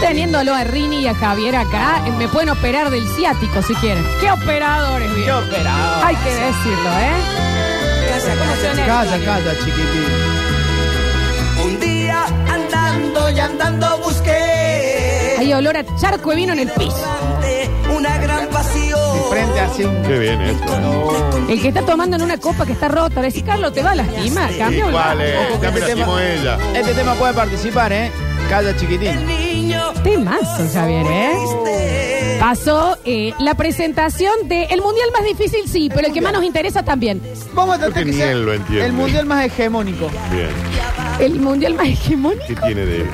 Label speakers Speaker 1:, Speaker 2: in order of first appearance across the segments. Speaker 1: teniéndolo a Rini y a Javier acá, eh, me pueden operar del ciático si quieren. ¡Qué operadores, bien!
Speaker 2: Qué operado.
Speaker 1: Hay que decirlo, ¿eh? Calla, como suena
Speaker 2: Calla,
Speaker 1: el-
Speaker 2: calla, chiquitín.
Speaker 3: Un día andando y andando busqué
Speaker 1: Hay olor a charco de vino en el piso.
Speaker 3: durante una gran pasión.
Speaker 2: De frente hace un.
Speaker 4: Qué bien esto. ¿eh?
Speaker 2: No.
Speaker 1: El que está tomando en una copa que está rota, decís, Carlos, te va a lastimar,
Speaker 4: ¿Y
Speaker 1: cambio.
Speaker 4: cuál es?
Speaker 2: Ojo que
Speaker 4: Ya me
Speaker 2: este
Speaker 4: lastimó
Speaker 2: tema-
Speaker 4: ella.
Speaker 2: Este tema puede participar, ¿eh? Calla, chiquitín.
Speaker 3: Niño,
Speaker 1: Temazo, Javier, ¿eh? Pasó eh, la presentación de el mundial más difícil, sí, pero el que más nos interesa también.
Speaker 2: Vamos a
Speaker 4: Creo
Speaker 2: tratar
Speaker 4: que
Speaker 2: que
Speaker 4: ni
Speaker 2: sea
Speaker 4: él lo entiende.
Speaker 2: el mundial más hegemónico.
Speaker 4: Bien.
Speaker 1: El mundial más hegemónico.
Speaker 4: ¿Qué tiene de.?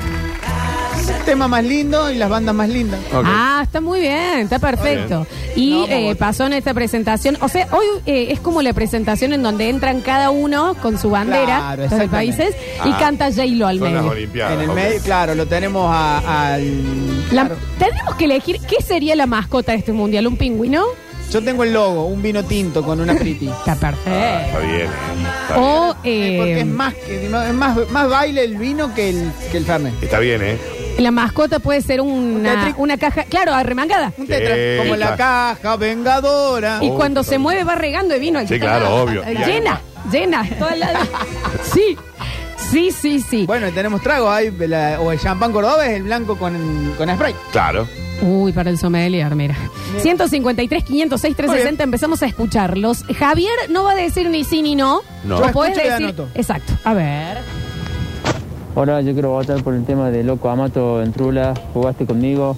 Speaker 2: El tema más lindo y las bandas más lindas.
Speaker 4: Ok.
Speaker 1: Ah, está muy bien, está perfecto. Y
Speaker 2: No, vamos,
Speaker 1: eh,
Speaker 2: vos.
Speaker 1: pasó en esta presentación, o sea, hoy eh, es como la presentación en donde entran cada uno con su bandera,
Speaker 2: Claro,
Speaker 1: los de
Speaker 2: exactamente.
Speaker 1: países, y
Speaker 4: Ah.
Speaker 1: canta J-Lo al
Speaker 4: Son las
Speaker 1: medio.
Speaker 4: Olimpiadas.
Speaker 2: En el
Speaker 4: ok.
Speaker 2: medio, claro, lo tenemos a- al.
Speaker 1: La-
Speaker 2: claro.
Speaker 1: Tenemos que elegir qué sería la mascota de este mundial, un pingüino.
Speaker 2: Yo tengo el logo, un vino tinto con una pretty.
Speaker 1: Está perfecto.
Speaker 4: Está bien. ¿eh? Está bien.
Speaker 1: O
Speaker 2: Eh, Porque es
Speaker 1: eh,
Speaker 2: más, que, es más, más baile el vino que el, que el Fernet.
Speaker 4: Está bien, ¿eh?
Speaker 1: la mascota puede ser una,
Speaker 2: tetri-
Speaker 1: una caja, claro, arremangada.
Speaker 2: Un
Speaker 4: Sí,
Speaker 2: tetra, como la
Speaker 4: claro.
Speaker 2: caja vengadora.
Speaker 1: Y
Speaker 4: Oh,
Speaker 1: cuando se
Speaker 4: claro.
Speaker 1: mueve va regando de vino.
Speaker 4: Sí, claro, obvio.
Speaker 1: Llena, llena. toda la- Sí, sí, sí, sí.
Speaker 2: Bueno, y tenemos trago ahí, la- o el champán cordobés, el blanco con, con Sprite.
Speaker 4: Claro.
Speaker 1: Uy, para el sommelier, mira. 153, 506, 360, empezamos a escucharlos. Javier no va a decir ni sí ni no.
Speaker 4: No.
Speaker 1: O
Speaker 4: Yo
Speaker 1: podés
Speaker 2: escucho y
Speaker 1: decir...
Speaker 2: anoto.
Speaker 1: Exacto, a ver.
Speaker 5: Ahora yo quiero votar por el tema de Loco Amato en Trula, jugaste conmigo.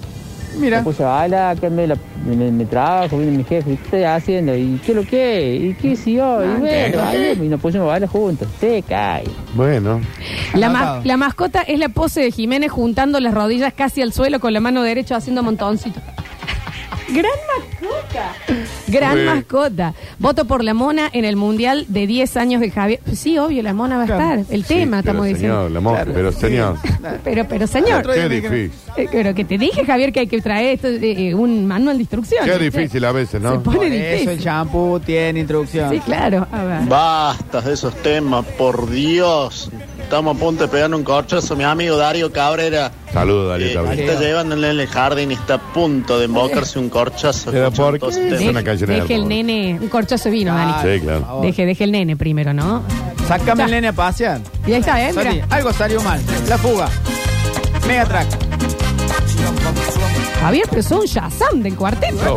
Speaker 2: Mira.
Speaker 5: Me puse a bailar, acá en medio de la- de mi, mi trabajo, viene mi jefe, ¿qué estás haciendo? ¿Y qué lo que? ¿Y qué si yo?
Speaker 2: Ah,
Speaker 5: Y bueno, bailemos, y nos pusimos a bailar juntos, te cae.
Speaker 4: Bueno.
Speaker 1: La,
Speaker 2: Anotado.
Speaker 1: ma- la mascota es la pose de Jiménez juntando las rodillas casi al suelo con la mano derecha haciendo montoncito. Gran mascota. Gran
Speaker 4: Sí.
Speaker 1: mascota. Voto por la mona en el Mundial de 10 años de Javier. Sí, obvio, la mona va a
Speaker 2: Claro.
Speaker 1: estar. El tema,
Speaker 4: Sí,
Speaker 1: estamos
Speaker 4: pero,
Speaker 1: diciendo.
Speaker 4: Señor, la mo-
Speaker 2: Claro.
Speaker 4: Oh, Pero, señor.
Speaker 1: Pero, pero señor,
Speaker 2: Otro día
Speaker 4: Qué
Speaker 2: me dijeron-
Speaker 4: difícil.
Speaker 1: eh, pero que te dije, Javier, que hay que traer esto, eh, eh, un manual de instrucciones.
Speaker 4: Qué difícil a veces,
Speaker 1: Se
Speaker 4: ¿no?
Speaker 1: pone
Speaker 2: Por eso el
Speaker 1: difícil.
Speaker 2: champú tiene introducción.
Speaker 1: Sí, claro. A ver.
Speaker 6: Basta de esos temas, por Dios. Estamos a punto de pegar un corchazo. Mi amigo Dario Cabrera
Speaker 4: Saludos, Darío
Speaker 6: eh,
Speaker 4: Cabrera.
Speaker 6: está llevándole en el jardín y está a punto de embocarse un corchazo.
Speaker 4: Pero
Speaker 6: escuchando
Speaker 4: ¿por
Speaker 6: todos
Speaker 4: qué?
Speaker 6: este
Speaker 4: Es
Speaker 6: esos
Speaker 1: Deje,
Speaker 6: temas.
Speaker 4: una canción de
Speaker 1: deje el
Speaker 4: árbol.
Speaker 1: nene, un corchazo de vino,
Speaker 2: Claro,
Speaker 1: Dani.
Speaker 4: Sí, claro.
Speaker 2: por favor.
Speaker 1: Deje, deje el nene primero, ¿no?
Speaker 2: Sácame
Speaker 1: Ya.
Speaker 2: el nene a pasear.
Speaker 1: Y ahí está, ¿eh?
Speaker 2: Sali,
Speaker 1: Mira.
Speaker 2: algo salió mal. La fuga. Mega track.
Speaker 1: Javier, pero son Shazam del cuarteto.
Speaker 4: No,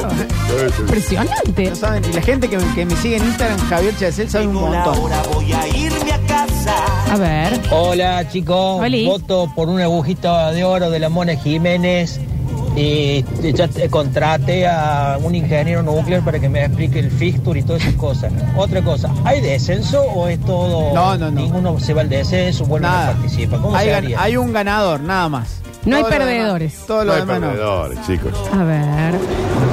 Speaker 4: debe ser.
Speaker 1: Impresionante.
Speaker 2: No saben, y la gente que, que me sigue en Instagram, Javier Chacel, sabe un montón.
Speaker 3: Ahora voy a irme a casa.
Speaker 1: A ver.
Speaker 7: Hola chicos,
Speaker 1: Oli.
Speaker 7: voto por una agujita de oro de la Mona Jiménez y ya te- contraté a un ingeniero nuclear para que me explique el fixture y todas esas cosas. Otra cosa, ¿hay descenso o es todo?
Speaker 2: No, no, no.
Speaker 7: Ninguno se va al descenso, vuelve a
Speaker 2: Nada.
Speaker 7: participa. ¿Cómo
Speaker 2: Hay,
Speaker 7: se
Speaker 2: gan-
Speaker 7: haría?
Speaker 2: hay un ganador, nada más.
Speaker 1: No hay
Speaker 2: Todo lo
Speaker 1: perdedores.
Speaker 2: demás- todo
Speaker 4: No
Speaker 2: lo
Speaker 4: hay
Speaker 2: demás no.
Speaker 4: perdedores, chicos.
Speaker 1: A ver.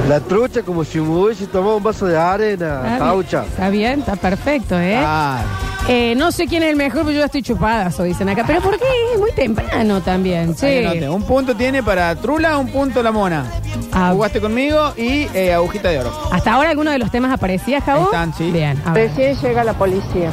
Speaker 8: La trucha como si me hubiese tomado un vaso de arena,
Speaker 1: Está bien,
Speaker 8: taucha.
Speaker 1: está bien, está perfecto, ¿eh?
Speaker 2: Ah,
Speaker 1: Eh, No sé quién es el mejor, pero yo ya estoy chupada, eso dicen acá. Pero ¿por qué? Es muy temprano también,
Speaker 2: ahí
Speaker 1: sí.
Speaker 2: anoté. Un punto tiene para Trula, un punto la mona.
Speaker 1: Ah.
Speaker 2: Jugaste conmigo y eh, agujita de oro.
Speaker 1: ¿Hasta ahora alguno de los temas aparecía, Javo?
Speaker 2: Ahí están, sí.
Speaker 1: Bien, a ver.
Speaker 9: Recién llega la policía.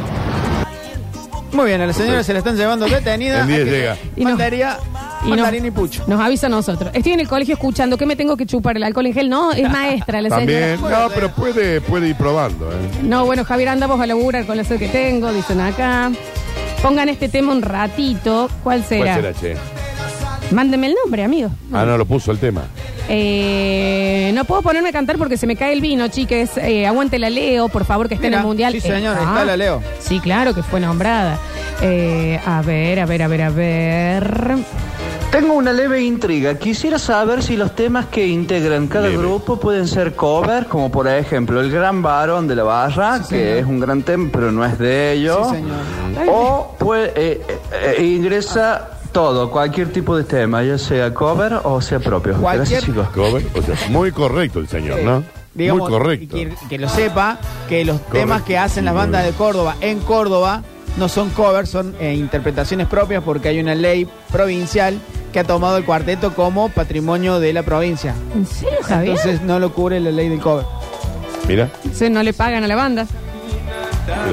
Speaker 2: Muy bien, a la señora se la están llevando detenida.
Speaker 4: En 10
Speaker 2: Hay que-
Speaker 4: llega.
Speaker 1: Y no-
Speaker 2: Mandaría,
Speaker 1: Y nos,
Speaker 2: mandarín y pucho.
Speaker 1: nos avisa a nosotros. Estoy en el colegio escuchando que me tengo que chupar el alcohol en gel. No, es maestra la señora.
Speaker 4: También. No, pero puede, puede ir probando, ¿eh?
Speaker 1: No, bueno, Javier, anda vos a laburar con la sed que tengo, dicen acá. Pongan este tema un ratito. ¿Cuál será?
Speaker 4: ¿Cuál será, che?
Speaker 1: Mándeme el nombre, amigo.
Speaker 4: Ah, no, lo puso el tema.
Speaker 1: Eh, no puedo ponerme a cantar porque se me cae el vino, chiques. Eh, aguante la Leo, por favor, que esté en
Speaker 2: Mira,
Speaker 1: el mundial. Ah.
Speaker 2: sí, señor, está la Leo.
Speaker 1: Sí, claro, que fue nombrada. Eh, a ver, a ver, a ver, a ver.
Speaker 7: Tengo una leve intriga. Quisiera saber si los temas que integran cada
Speaker 4: Leve.
Speaker 7: grupo pueden ser cover, como por ejemplo El Gran Varón de la Barra, que es un gran tema, pero no es de ellos.
Speaker 2: Sí, señor.
Speaker 7: O puede, eh, eh, eh, ingresa todo, cualquier tipo de tema, ya sea cover o sea propio.
Speaker 2: Cualquier-
Speaker 7: Gracias, chicos.
Speaker 4: Cover, o sea, muy correcto el señor, ¿no?
Speaker 2: Eh, Digamos,
Speaker 4: muy correcto.
Speaker 2: y Que, que lo sepa, que los temas que hacen las bandas de Córdoba en Córdoba no son covers, son eh, interpretaciones propias porque hay una ley provincial que ha tomado el cuarteto como patrimonio de la provincia.
Speaker 1: ¿En serio, Javier?
Speaker 4: Ah,
Speaker 2: Entonces no lo cubre la ley del cover.
Speaker 4: Mira,
Speaker 1: Sí, no le pagan a la banda.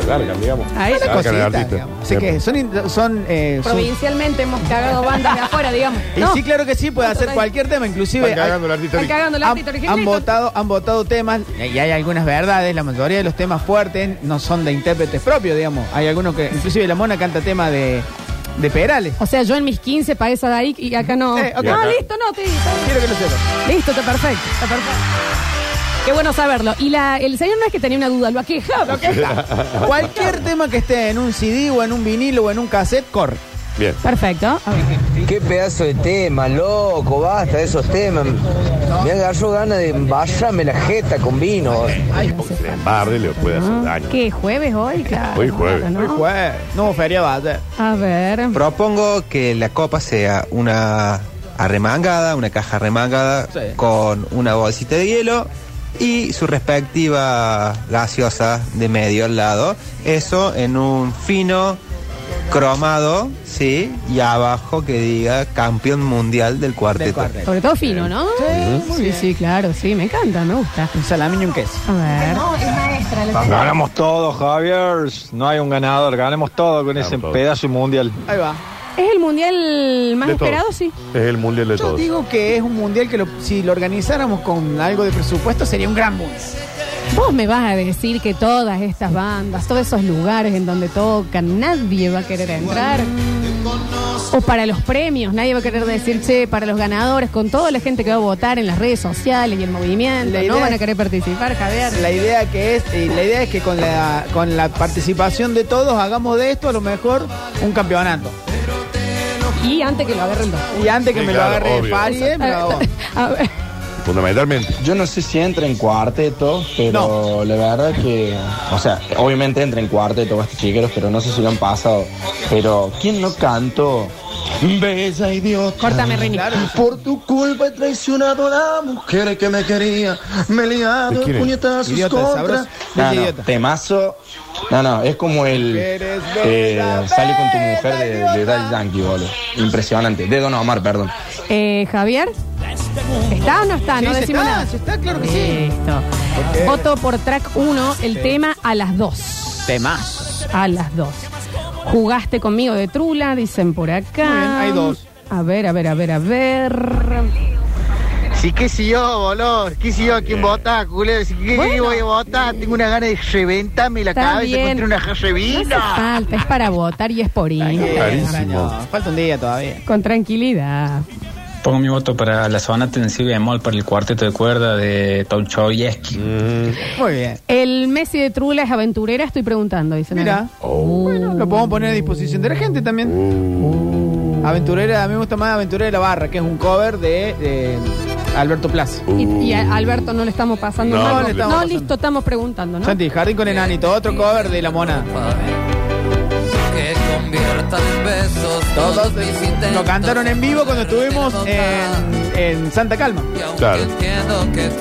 Speaker 4: Lo largan, digamos.
Speaker 1: Ahí.
Speaker 4: Largan
Speaker 1: Una
Speaker 4: al
Speaker 2: Cositas,
Speaker 4: artista.
Speaker 2: digamos. Así que son, in- son, eh, sus-
Speaker 1: Provincialmente hemos cagado bandas de afuera, digamos.
Speaker 2: Y
Speaker 1: No,
Speaker 2: sí, claro que sí, puede hacer cualquier tema, inclusive
Speaker 4: Están cagando al artista.
Speaker 1: están cagando la
Speaker 2: han,
Speaker 1: artista
Speaker 2: han
Speaker 1: original.
Speaker 2: votado, han votado temas, y hay algunas verdades, la mayoría de los temas fuertes no son de intérpretes propios, digamos. Hay algunos que, inclusive la mona canta tema de, de Perales.
Speaker 1: O sea, yo en mis 15 pagué esa de ahí y acá no.
Speaker 2: Eh, ok.
Speaker 1: No,
Speaker 4: Acá.
Speaker 1: listo, no, te
Speaker 2: Quiero que lo sepas.
Speaker 1: Listo, está perfecto, está perfecto. Qué bueno saberlo. Y la, el señor no es que tenía una duda, lo aquejaba. Lo
Speaker 2: Cualquier tema que esté en un CD o en un vinilo o en un cassette, corre.
Speaker 4: Bien.
Speaker 1: Perfecto. A ver.
Speaker 9: Qué pedazo de tema, loco, basta de esos temas. Me agarró ganas de embasarme la jeta con vino.
Speaker 4: Sin embargo, le puede hacer daño.
Speaker 1: Ah, ¿Qué? ¿Jueves hoy? Claro,
Speaker 4: Hoy jueves.
Speaker 1: claro, ¿no?
Speaker 2: Hoy jueves. No hubo feriado ah, ayer.
Speaker 1: A ver.
Speaker 10: Propongo que la copa sea una arremangada, una caja arremangada
Speaker 2: Sí.
Speaker 10: con una bolsita de hielo y su respectiva gaseosa de medio al lado. Eso en un fino cromado, sí, y abajo que diga campeón mundial del
Speaker 2: Del
Speaker 10: cuarteto.
Speaker 2: cuarteto.
Speaker 1: Sobre todo fino, ¿no? Sí, sí, claro, sí, me encanta, me gusta.
Speaker 2: Un salami y un queso.
Speaker 1: A ver.
Speaker 7: Ganamos todos, Javier. No hay un ganador. Ganemos todo con
Speaker 4: ese
Speaker 7: ese
Speaker 4: Ganamos todos.
Speaker 7: pedazo mundial.
Speaker 2: Ahí va.
Speaker 1: ¿Es el mundial más
Speaker 4: De
Speaker 1: esperado?
Speaker 4: todos.
Speaker 1: Sí.
Speaker 4: Es el mundial de
Speaker 2: Yo
Speaker 4: todos.
Speaker 2: digo que es un mundial que lo- si lo organizáramos con algo de presupuesto sería un gran mundial.
Speaker 1: Vos me vas a decir que todas estas bandas, todos esos lugares en donde tocan, nadie va a querer entrar. O para los premios, nadie va a querer decir, che, para los ganadores, con toda la gente que va a votar en las redes sociales y el movimiento,
Speaker 2: La idea
Speaker 1: no van a
Speaker 2: es-
Speaker 1: querer participar, Javier.
Speaker 2: La idea que es, eh, la idea es que con la, con la participación de todos hagamos de esto a lo mejor un campeonato.
Speaker 1: Y antes que lo agarren dos.
Speaker 2: Y antes que
Speaker 4: Sí,
Speaker 2: me
Speaker 4: claro,
Speaker 2: lo agarre de
Speaker 4: obvio.
Speaker 2: parie, me lo hago.
Speaker 1: A ver.
Speaker 4: Fundamentalmente.
Speaker 9: Yo no sé si entra en cuarteto, pero la verdad que. O sea, obviamente entra en cuarteto estos chiqueros, pero no sé si lo han pasado. Pero, ¿quién no cantó? Bella idiota.
Speaker 1: Córtame, Rini.
Speaker 9: Por tu culpa he traicionado a la mujer que me quería. Me he liado
Speaker 4: ¿De quién es?
Speaker 9: puñetazos
Speaker 2: Idiota,
Speaker 9: contra.
Speaker 2: sabroso.
Speaker 9: Ah, No,
Speaker 2: Bella
Speaker 9: no,
Speaker 2: idiota.
Speaker 9: temazo. No, no, es como el
Speaker 2: Eres
Speaker 9: eh,
Speaker 2: bella,
Speaker 9: Sale con tu
Speaker 2: bella
Speaker 9: mujer de, de Daddy Yankee, boludo. Impresionante. De Don Omar, perdón.
Speaker 1: Eh, Javier, ¿está o no está?
Speaker 2: Sí,
Speaker 1: Ah, no
Speaker 2: se
Speaker 1: decimos
Speaker 2: está,
Speaker 1: nada. Eh,
Speaker 2: se está, claro que sí.
Speaker 1: Listo. Voto por track 1, el tema a las 2.
Speaker 2: Temas.
Speaker 1: A las 2. Jugaste conmigo de trula, dicen por acá.
Speaker 2: Muy bien, hay dos.
Speaker 1: A ver, a ver, a ver, a ver.
Speaker 8: Sí, qué sé yo, boludo. Qué sé yo,
Speaker 4: Ah,
Speaker 8: a quién vota, culero. Sí, ¿Qué
Speaker 1: Bueno.
Speaker 8: voy a votar? Tengo una gana de reventarme la
Speaker 1: Está
Speaker 8: cabeza
Speaker 1: bien.
Speaker 8: contra una
Speaker 1: No hace
Speaker 8: revina.
Speaker 1: falta, es para votar y es por
Speaker 8: eh.
Speaker 1: ir.
Speaker 4: Clarísimo.
Speaker 2: Falta un día todavía.
Speaker 1: Con tranquilidad.
Speaker 11: Pongo mi voto para la sonata en si bemol para el cuarteto de cuerda de Tolchoyevsky.
Speaker 4: Mm,
Speaker 2: Muy bien.
Speaker 1: El Messi de trula es aventurera, estoy preguntando, dicen.
Speaker 2: Mira.
Speaker 1: acá.
Speaker 4: Oh.
Speaker 2: Bueno, lo podemos poner a disposición de la gente también.
Speaker 4: Uh.
Speaker 2: Aventurera, a mí me gusta más Aventurera de la Barra, que es un cover de, eh, Alberto Plaza.
Speaker 1: Y, y a Alberto no le estamos pasando
Speaker 4: No,
Speaker 1: mal.
Speaker 4: no le
Speaker 1: No,
Speaker 4: estamos
Speaker 2: pasando.
Speaker 1: listo, estamos preguntando, ¿no?
Speaker 2: Santi, Jardín con Enanito, otro cover de La Mona.
Speaker 3: Que convierta en besos
Speaker 2: Todos
Speaker 8: eh,
Speaker 2: lo cantaron en vivo cuando estuvimos en, en Santa Calma.
Speaker 4: Claro.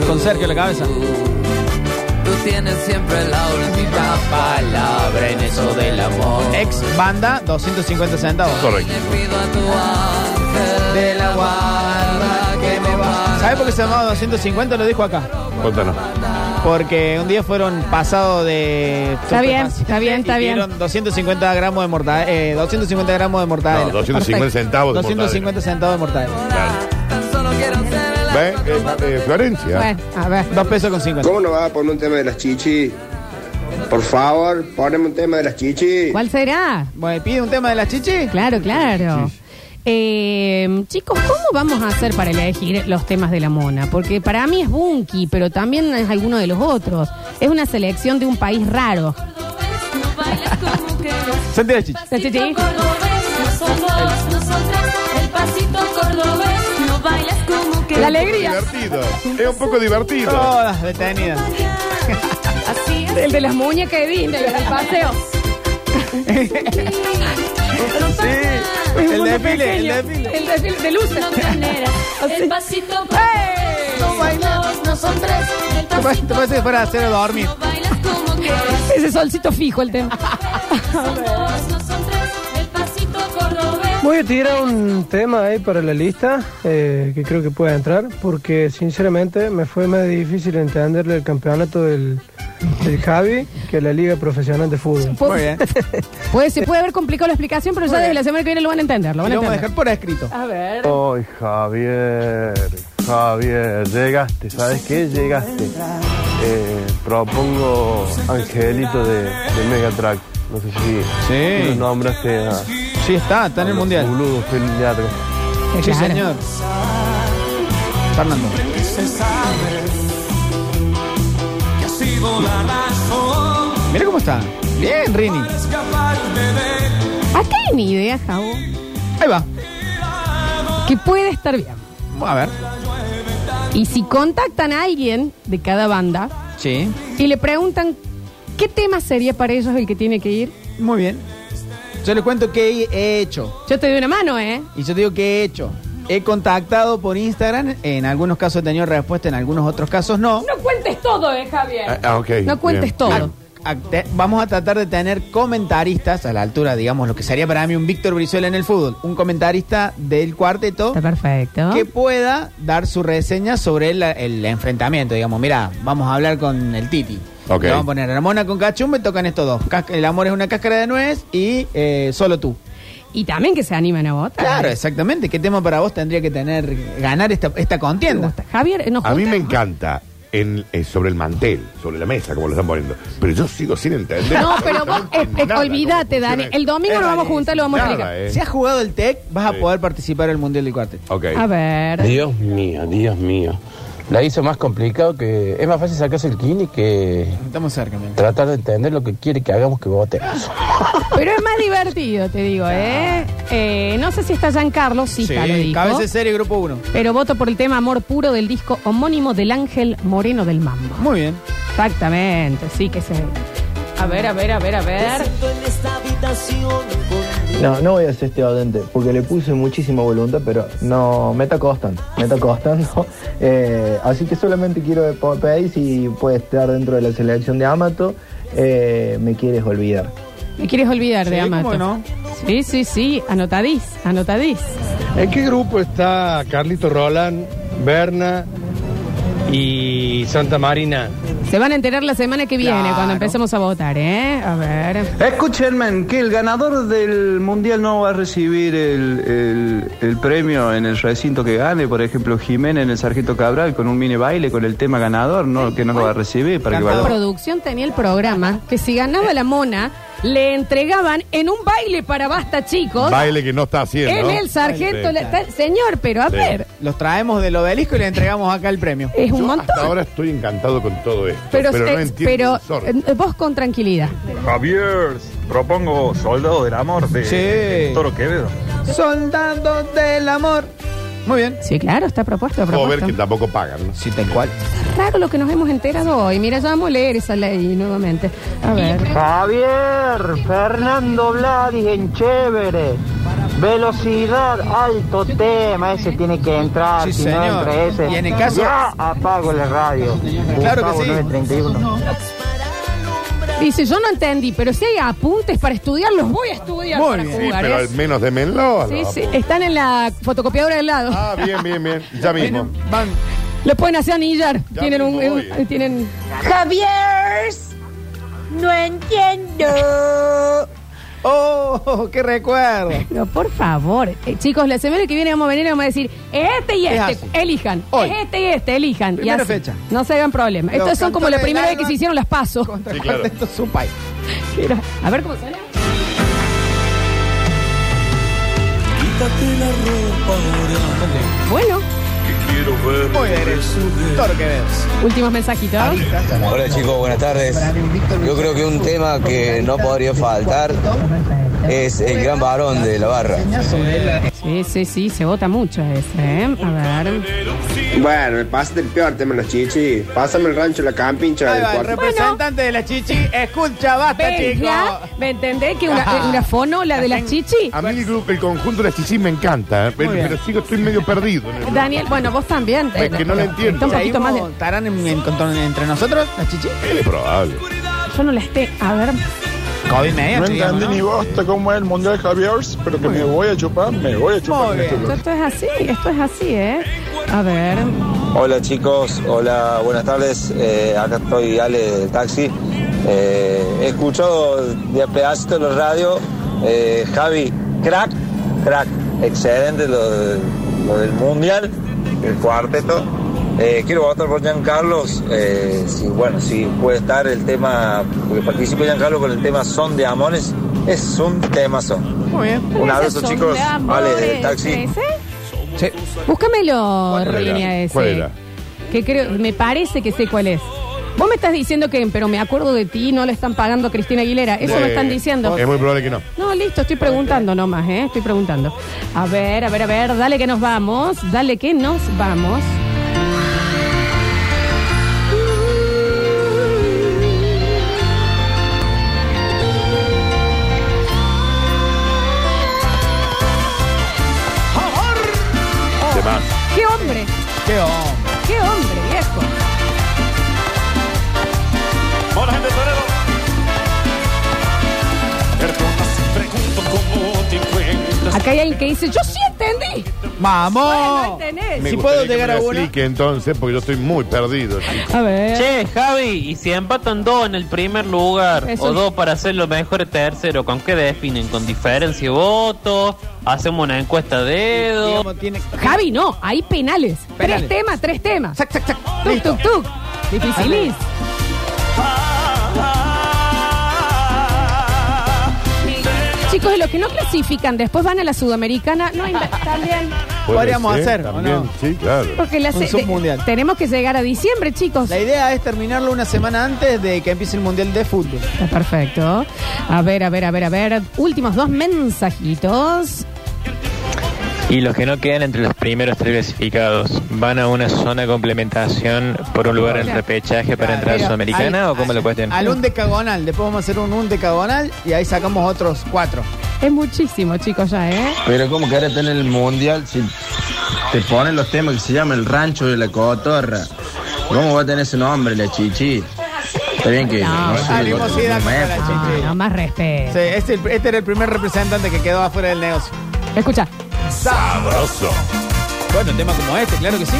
Speaker 2: Con Sergio en la cabeza.
Speaker 3: Tú tienes siempre la última palabra en eso del amor.
Speaker 2: Ex banda, 250 centavos.
Speaker 4: Correcto.
Speaker 3: Pido a tu ángel
Speaker 2: De la guarda que me va. ¿Sabes por qué se llamaba 250? Lo dijo acá.
Speaker 4: Cuéntanos.
Speaker 2: Porque un día fueron pasado de.
Speaker 1: Está bien, está bien, está
Speaker 2: Y
Speaker 1: bien.
Speaker 2: dieron 250 gramos de mortadela. 250 gramos de
Speaker 4: No,
Speaker 2: mortadela.
Speaker 4: 250 centavos. de
Speaker 2: 250 centavos de mortadela.
Speaker 4: mortadela.
Speaker 3: tan solo quiero ser el
Speaker 4: Claro. Ve, eh, eh, Florencia.
Speaker 1: Bueno, a ver.
Speaker 2: Dos pesos con 50.
Speaker 9: ¿Cómo no va a poner un tema de las chichis? Por favor, poneme un tema de las chichis.
Speaker 1: ¿Cuál será?
Speaker 2: Bueno, pide un tema de las chichis.
Speaker 1: Claro, claro. Eh, chicos, ¿cómo vamos a hacer para elegir los temas de la mona? Porque para mí es Bunky, pero también es alguno de los otros. Es una selección de un país raro.
Speaker 2: Santi las chichis.
Speaker 1: ¿Sí, sí, sí? La alegría. Oh.
Speaker 4: Divertido. Es un poco divertido.
Speaker 2: Todas detenidas.
Speaker 1: El de las muñecas de Disney, el del paseo.
Speaker 2: Sí. El desfile, el desfile.
Speaker 1: El desfile de luces.
Speaker 7: Ah,
Speaker 12: El pasito
Speaker 2: No bailamos, no son tres. Te parece- Te parece que fuera a hacer a dormir.
Speaker 12: bailas como quieras.
Speaker 1: Ese solcito fijo el tema.
Speaker 12: Dos, no son tres. El pasito cordobés.
Speaker 7: Voy a tirar un tema ahí para la lista eh, que creo que pueda entrar, porque sinceramente me fue más difícil entenderle el campeonato del,
Speaker 13: el Javi que la Liga Profesional de Fútbol.
Speaker 1: Muy bien. Puede, se puede haber complicado la explicación, pero ya desde la semana que viene lo van a entender. Lo van a
Speaker 2: vamos a
Speaker 1: entender.
Speaker 2: dejar por escrito.
Speaker 1: A ver.
Speaker 14: Ay, Javier, Javier, llegaste, ¿sabes qué? Llegaste. Eh, propongo Angelito de, de Megatrack. No sé si
Speaker 2: Sí.
Speaker 14: lo nombraste a.
Speaker 2: Sí, está, está en el mundial.
Speaker 14: Boludo, filiatro.
Speaker 2: Sí,
Speaker 14: Claro.
Speaker 2: señor. Fernando.
Speaker 15: Se sabe que ha sido la razón
Speaker 2: Mira cómo está. Bien, Rini.
Speaker 15: para escaparme de
Speaker 1: Acá hay ni idea, Javo.
Speaker 2: Ahí va.
Speaker 1: Que puede estar bien.
Speaker 2: A ver.
Speaker 1: Y si contactan a alguien de cada banda
Speaker 2: Sí.
Speaker 1: y le preguntan qué tema sería para ellos el que tiene que ir,
Speaker 2: Muy bien. Yo les cuento qué he hecho.
Speaker 1: yo te doy una mano, ¿eh?
Speaker 2: Y yo te digo qué he hecho. He contactado por Instagram. En algunos casos he tenido respuesta, en algunos otros casos no.
Speaker 1: No cuentes todo, ¿eh, Javier? No cuentes todo.
Speaker 2: A- a- te- vamos a tratar de tener comentaristas a la altura, digamos, lo que sería para mí un Víctor Brizuela en el fútbol. Un comentarista del cuarteto.
Speaker 1: perfecto.
Speaker 2: Que pueda dar su reseña sobre el, el enfrentamiento. Digamos, mira, vamos a hablar con el Titi.
Speaker 4: Ok.
Speaker 2: Le Vamos a poner Ramona con Cachum, me tocan estos dos. Cas- el amor es una cáscara de nuez y eh, solo tú.
Speaker 1: Y también que se animen a votar.
Speaker 2: Claro, exactamente. ¿Qué tema para vos tendría que tener ganar esta, esta contienda?
Speaker 1: Javier, no
Speaker 4: A mí
Speaker 1: junta-
Speaker 4: me encanta en, eh, sobre el mantel, sobre la mesa, como lo están poniendo. Pero yo sigo sin entender.
Speaker 1: No, pero vos, eh, eh, olvídate, Dani. El domingo nos vamos a juntar, lo vamos a
Speaker 4: Nada,
Speaker 1: explicar.
Speaker 4: eh.
Speaker 2: Si has jugado el TEC, vas a poder participar del Mundial del Cuartel.
Speaker 4: Ok.
Speaker 1: A ver.
Speaker 16: Dios mío, Dios mío. La hizo más complicado que. Es más fácil sacarse el kini que.
Speaker 2: Estamos cerca, mira.
Speaker 16: Tratar de entender lo que quiere que hagamos que votemos.
Speaker 1: Pero es más divertido, te digo, ¿eh? Eh, no sé si está Giancarlo, sí,
Speaker 2: Sí,
Speaker 1: está, lo dijo.
Speaker 2: cabeza serie, grupo 1.
Speaker 1: Pero voto por el tema Amor Puro del disco homónimo del Ángel Moreno del Mambo.
Speaker 2: Muy bien.
Speaker 1: Exactamente, sí que se... A ver, a ver, a ver, a ver.
Speaker 17: No, no voy a ser este audiente, porque le puse muchísima voluntad, pero no, me está costando, me está costando. Eh, así que solamente quiero po- pedir si puede estar dentro de la selección de Amato, eh, me quieres olvidar.
Speaker 1: Me quieres olvidar de
Speaker 17: Sí,
Speaker 1: Amato.
Speaker 17: ¿cómo no?
Speaker 1: Sí, sí, sí, anotadís, anotadís.
Speaker 13: ¿En qué grupo está Carlito Roland, Berna y Santa Marina?
Speaker 1: Se van a enterar la semana que viene cuando empecemos a votar, ¿eh? A ver.
Speaker 18: Escúchenme, que el ganador del mundial no va a recibir el, el- el premio en el recinto que gane, por ejemplo, Jiménez en el Sargento Cabral con un mini baile con el tema ganador, no, que no lo va a recibir para que
Speaker 1: La
Speaker 18: vaya.
Speaker 1: producción tenía el programa que si ganaba la mona, le entregaban en un baile para basta, chicos.
Speaker 4: Baile que no está haciendo.
Speaker 1: en el sargento. la- tal- señor, pero a
Speaker 4: Sí.
Speaker 1: ver.
Speaker 2: Los traemos del obelisco y le entregamos acá el premio.
Speaker 1: Es un
Speaker 4: Yo
Speaker 1: montón.
Speaker 4: Hasta ahora estoy encantado con todo esto.
Speaker 1: Pero,
Speaker 4: Pero,
Speaker 1: eh,
Speaker 4: no entiendo. un
Speaker 1: pero,
Speaker 4: sordo.
Speaker 1: eh, vos con tranquilidad.
Speaker 19: Javier, propongo Soldado del Amor de, de Toro Quevedo.
Speaker 2: Soldados del amor. Muy bien.
Speaker 1: Sí, claro, está propuesto.
Speaker 4: Puedo ver
Speaker 1: propuesto.
Speaker 4: que tampoco pagan.
Speaker 2: Sí, tal cual.
Speaker 1: Raro lo que nos hemos enterado hoy. Mira, ya vamos a leer esa ley nuevamente. A ver.
Speaker 20: Javier, Fernando Vladis en chévere. Velocidad, alto tema, ese tiene que entrar.
Speaker 2: Sí,
Speaker 20: si no
Speaker 2: señor.
Speaker 20: entra ese,
Speaker 2: Y en el caso-
Speaker 20: ya apago la radio.
Speaker 2: Claro que
Speaker 20: Gustavo
Speaker 2: sí.
Speaker 20: 931.
Speaker 1: Dice, yo no entendí, pero si hay apuntes para estudiar, los voy a estudiar para
Speaker 4: Sí,
Speaker 1: jugar.
Speaker 4: pero
Speaker 1: ¿eh?
Speaker 4: al menos démenlo. a
Speaker 1: Sí,
Speaker 4: los
Speaker 1: sí,
Speaker 4: apuntes.
Speaker 1: están en la fotocopiadora del lado.
Speaker 4: Ah, bien, bien, bien. Ya mismo.
Speaker 2: Van.
Speaker 1: Lo pueden hacer anillar.
Speaker 4: Ya
Speaker 1: Tienen un,
Speaker 4: mismo
Speaker 1: un-
Speaker 4: voy, eh.
Speaker 1: tienen
Speaker 21: Javier, no entiendo.
Speaker 2: ¡Oh, qué recuerdo!
Speaker 1: Pero por favor, eh, chicos, la semana que viene vamos a venir y vamos a decir, es este y
Speaker 2: Es
Speaker 1: este,
Speaker 2: así.
Speaker 1: elijan.
Speaker 2: Hoy.
Speaker 1: Es este y este, elijan. Y
Speaker 2: Primera
Speaker 1: así.
Speaker 2: fecha.
Speaker 1: No se hagan problema.
Speaker 2: Los
Speaker 1: Estos son como la
Speaker 2: cantores
Speaker 1: primera
Speaker 2: del
Speaker 1: vez que
Speaker 2: alba
Speaker 1: se hicieron las pasos.
Speaker 2: Contra Cuarteto Supay.
Speaker 1: A ver cómo suena.
Speaker 15: Quítate la ropa ahora
Speaker 1: Bueno,
Speaker 15: que quiero ver
Speaker 2: Muy derecho. Toro Quevedo.
Speaker 1: últimos mensajitos.
Speaker 22: Hola chicos, buenas tardes. Yo creo que un tema que no podría faltar es el gran varón de la barra.
Speaker 1: Sí, sí, sí, se vota mucho ese, ¿eh? A ver.
Speaker 23: Bueno, me pasa el peor tema los chichis. Pásame el rancho, la campincha.
Speaker 2: Ahí va, el representante de la chichi. Escucha, basta,
Speaker 1: Ven, ya,
Speaker 2: chicos.
Speaker 1: ¿me entendés que una, una fono, la de las chichi?
Speaker 4: A mí el, grupo, el conjunto de las chichis me encanta, eh, pero,
Speaker 1: bien.
Speaker 4: pero sigo, estoy medio perdido. en el-
Speaker 1: Daniel, bueno, vos también.
Speaker 4: Es que no lo
Speaker 1: Está
Speaker 4: entiendo.
Speaker 1: un poquito más de-
Speaker 2: ¿Seguimos? ¿Estarán en- en- con- entre nosotros las chichi?
Speaker 4: Es probable.
Speaker 1: Yo no la esté. A ver.
Speaker 2: COVID medio,
Speaker 24: No
Speaker 2: digamos,
Speaker 24: entendí
Speaker 2: ¿no?
Speaker 24: ni bosta cómo es el mundial Javier, pero que me voy a chupar, me voy a chupar. en este
Speaker 1: Esto,
Speaker 24: lugar.
Speaker 1: esto es así, esto es así, ¿eh? A ver.
Speaker 5: Hola chicos, hola, buenas tardes. Eh, acá estoy Ale del taxi. Eh, he escuchado de a pedacito en la radio. eh, Javi, crack, crack, excelente lo, de- lo del mundial, el cuarteto. Eh, quiero votar por Giancarlos. Eh, si, bueno, si puede estar el tema, porque participó Giancarlo con el tema Son de Amores, es un temazo.
Speaker 1: Muy bien.
Speaker 5: Un abrazo, chicos. Vale, del taxi.
Speaker 1: Sí. Búscamelo,
Speaker 5: era?
Speaker 1: línea ese.
Speaker 5: ¿Cuál era?
Speaker 1: Que creo, me parece que sé cuál es. Vos me estás diciendo que, pero me acuerdo de ti, no le están pagando a Cristina Aguilera. Eso
Speaker 4: Eh,
Speaker 1: me están diciendo.
Speaker 4: Es muy probable que no.
Speaker 1: No, listo, estoy preguntando nomás, ¿eh? Estoy preguntando. A ver, a ver, a ver, dale que nos vamos, dale que nos vamos. Ah.
Speaker 4: De más.
Speaker 1: ¡Qué hombre!
Speaker 2: ¡Qué hombre!
Speaker 1: ¡Qué hombre, viejo!
Speaker 15: Hola gente torero. Perdona si pregunto cómo te encuentras.
Speaker 1: Acá hay alguien que dice, yo sí entendí.
Speaker 2: ¡Vamos!
Speaker 4: Me
Speaker 1: Si
Speaker 4: gustaría
Speaker 1: puedo
Speaker 4: que
Speaker 1: llegar
Speaker 4: me lo
Speaker 1: a una.
Speaker 4: explique entonces, porque yo estoy muy perdido. chicos.
Speaker 1: A ver.
Speaker 6: Che, Javi, y si empatan dos en el primer lugar
Speaker 1: Eso
Speaker 6: o
Speaker 1: es-
Speaker 6: dos para hacer los mejores terceros, ¿con qué definen? ¿Con diferencia de votos? ¿Hacemos una encuesta de dedo?
Speaker 1: Javi, no, hay penales. Tres temas, tres temas. Tuk, tuk, tuk. Dificilis.
Speaker 15: Ah,
Speaker 1: Chicos, y los que no clasifican después van a la Sudamericana, no hay también.
Speaker 4: Puede
Speaker 2: Podríamos
Speaker 4: ser
Speaker 2: hacer, ¿o
Speaker 4: También,
Speaker 2: no?
Speaker 4: sí, claro.
Speaker 1: Porque la
Speaker 2: Un
Speaker 1: se-
Speaker 2: submundial.
Speaker 1: tenemos que llegar a diciembre, chicos.
Speaker 2: La idea es terminarlo una semana antes de que empiece el Mundial de Fútbol.
Speaker 1: Está perfecto. A ver, a ver, a ver, a ver. Últimos dos mensajitos.
Speaker 8: Y los que no quedan entre los primeros tres clasificados, ¿van a una zona de complementación por un lugar en
Speaker 2: Claro.
Speaker 8: repechaje para entrar a
Speaker 2: Pero
Speaker 8: Sudamericana
Speaker 2: al-
Speaker 8: o cómo lo cuestión?
Speaker 2: Al un decagonal, después vamos a hacer un un decagonal y ahí sacamos otros cuatro.
Speaker 1: Es muchísimo, chicos, ya, ¿eh?
Speaker 9: Pero ¿cómo querés tener el mundial si te ponen los temas que se llama El Rancho de la Cotorra? ¿Cómo va a tener ese nombre, la chichi? Está bien que...
Speaker 1: No,
Speaker 9: sé,
Speaker 2: la mimosidad
Speaker 9: no
Speaker 2: con
Speaker 9: me-
Speaker 2: la chichi.
Speaker 1: Ah, No, más respeto.
Speaker 2: Sí, este, este era el primer representante que quedó afuera del negocio.
Speaker 1: Escucha.
Speaker 2: Sabroso. Bueno, tema como este, claro que sí.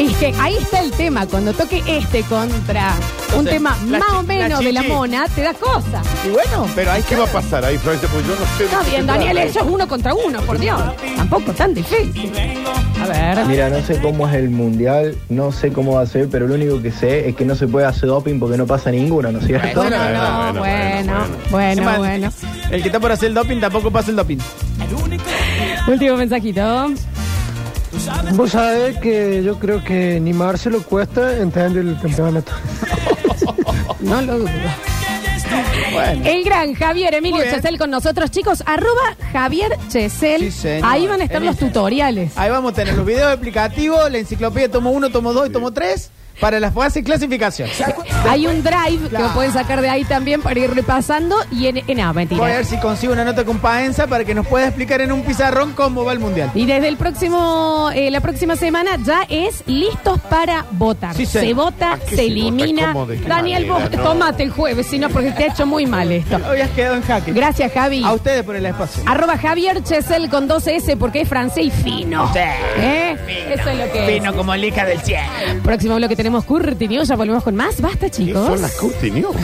Speaker 1: Es que este, ahí está el tema. Cuando toque este contra un
Speaker 2: Entonces,
Speaker 1: tema
Speaker 2: la
Speaker 1: más
Speaker 2: chi-
Speaker 1: o menos
Speaker 2: la
Speaker 1: de la
Speaker 2: chichi.
Speaker 1: mona, te da cosa.
Speaker 2: Y bueno, pero ahí
Speaker 4: ¿Qué va a pasar ahí, Florencia? Porque yo no sé.
Speaker 1: Está bien, Daniel, eso es uno contra uno, por Dios. Tampoco tan difícil. A ver.
Speaker 17: Mira, no sé cómo es el mundial, no sé cómo va a ser, pero lo único que sé es que no se puede hacer doping porque no pasa ninguno, ¿no es cierto?
Speaker 1: Bueno, no, bueno, bueno, bueno,
Speaker 2: Encima,
Speaker 1: bueno.
Speaker 2: El que está por hacer el doping tampoco pasa el doping.
Speaker 1: Último mensajito.
Speaker 10: Vos sabés que yo creo que ni Marcelo cuesta entender el campeonato.
Speaker 1: No lo dudo. El gran Javier Emilio Chesel con nosotros, chicos. Arroba Javier Chesel.
Speaker 2: señor.
Speaker 1: Ahí van a estar
Speaker 2: En
Speaker 1: los
Speaker 2: Instagram.
Speaker 1: tutoriales.
Speaker 2: Ahí vamos a tener los videos explicativos, la enciclopedia tomo 1, tomo 2 y tomo 3 para las fases de clasificación.
Speaker 1: Hay un drive que lo pueden sacar de ahí también para ir repasando. Y en. eh, no, mentira.
Speaker 2: Voy a ver si consigo una nota con Paenza para que nos pueda explicar en un pizarrón cómo va el mundial.
Speaker 1: Y desde el próximo, eh, la próxima semana ya es listos para votar.
Speaker 2: Sí, señor.
Speaker 1: se vota, se,
Speaker 2: se vota?
Speaker 1: elimina.
Speaker 2: ¿Cómo? ¿De qué
Speaker 1: Daniel,
Speaker 2: manera?
Speaker 1: vos
Speaker 2: No.
Speaker 1: tomate el jueves, sino porque te ha hecho muy mal esto.
Speaker 2: Habías quedado en jaque.
Speaker 1: Gracias, Javi.
Speaker 2: A ustedes por el espacio.
Speaker 1: Arroba Javier Chesel con 12S porque es francés y fino.
Speaker 2: Sí.
Speaker 1: ¿Eh? Eso es lo que es.
Speaker 2: Vino como lija del cielo.
Speaker 1: Próximo bloque tenemos Curti News, ya volvemos con más. Basta, chicos.
Speaker 4: Son las Curti News.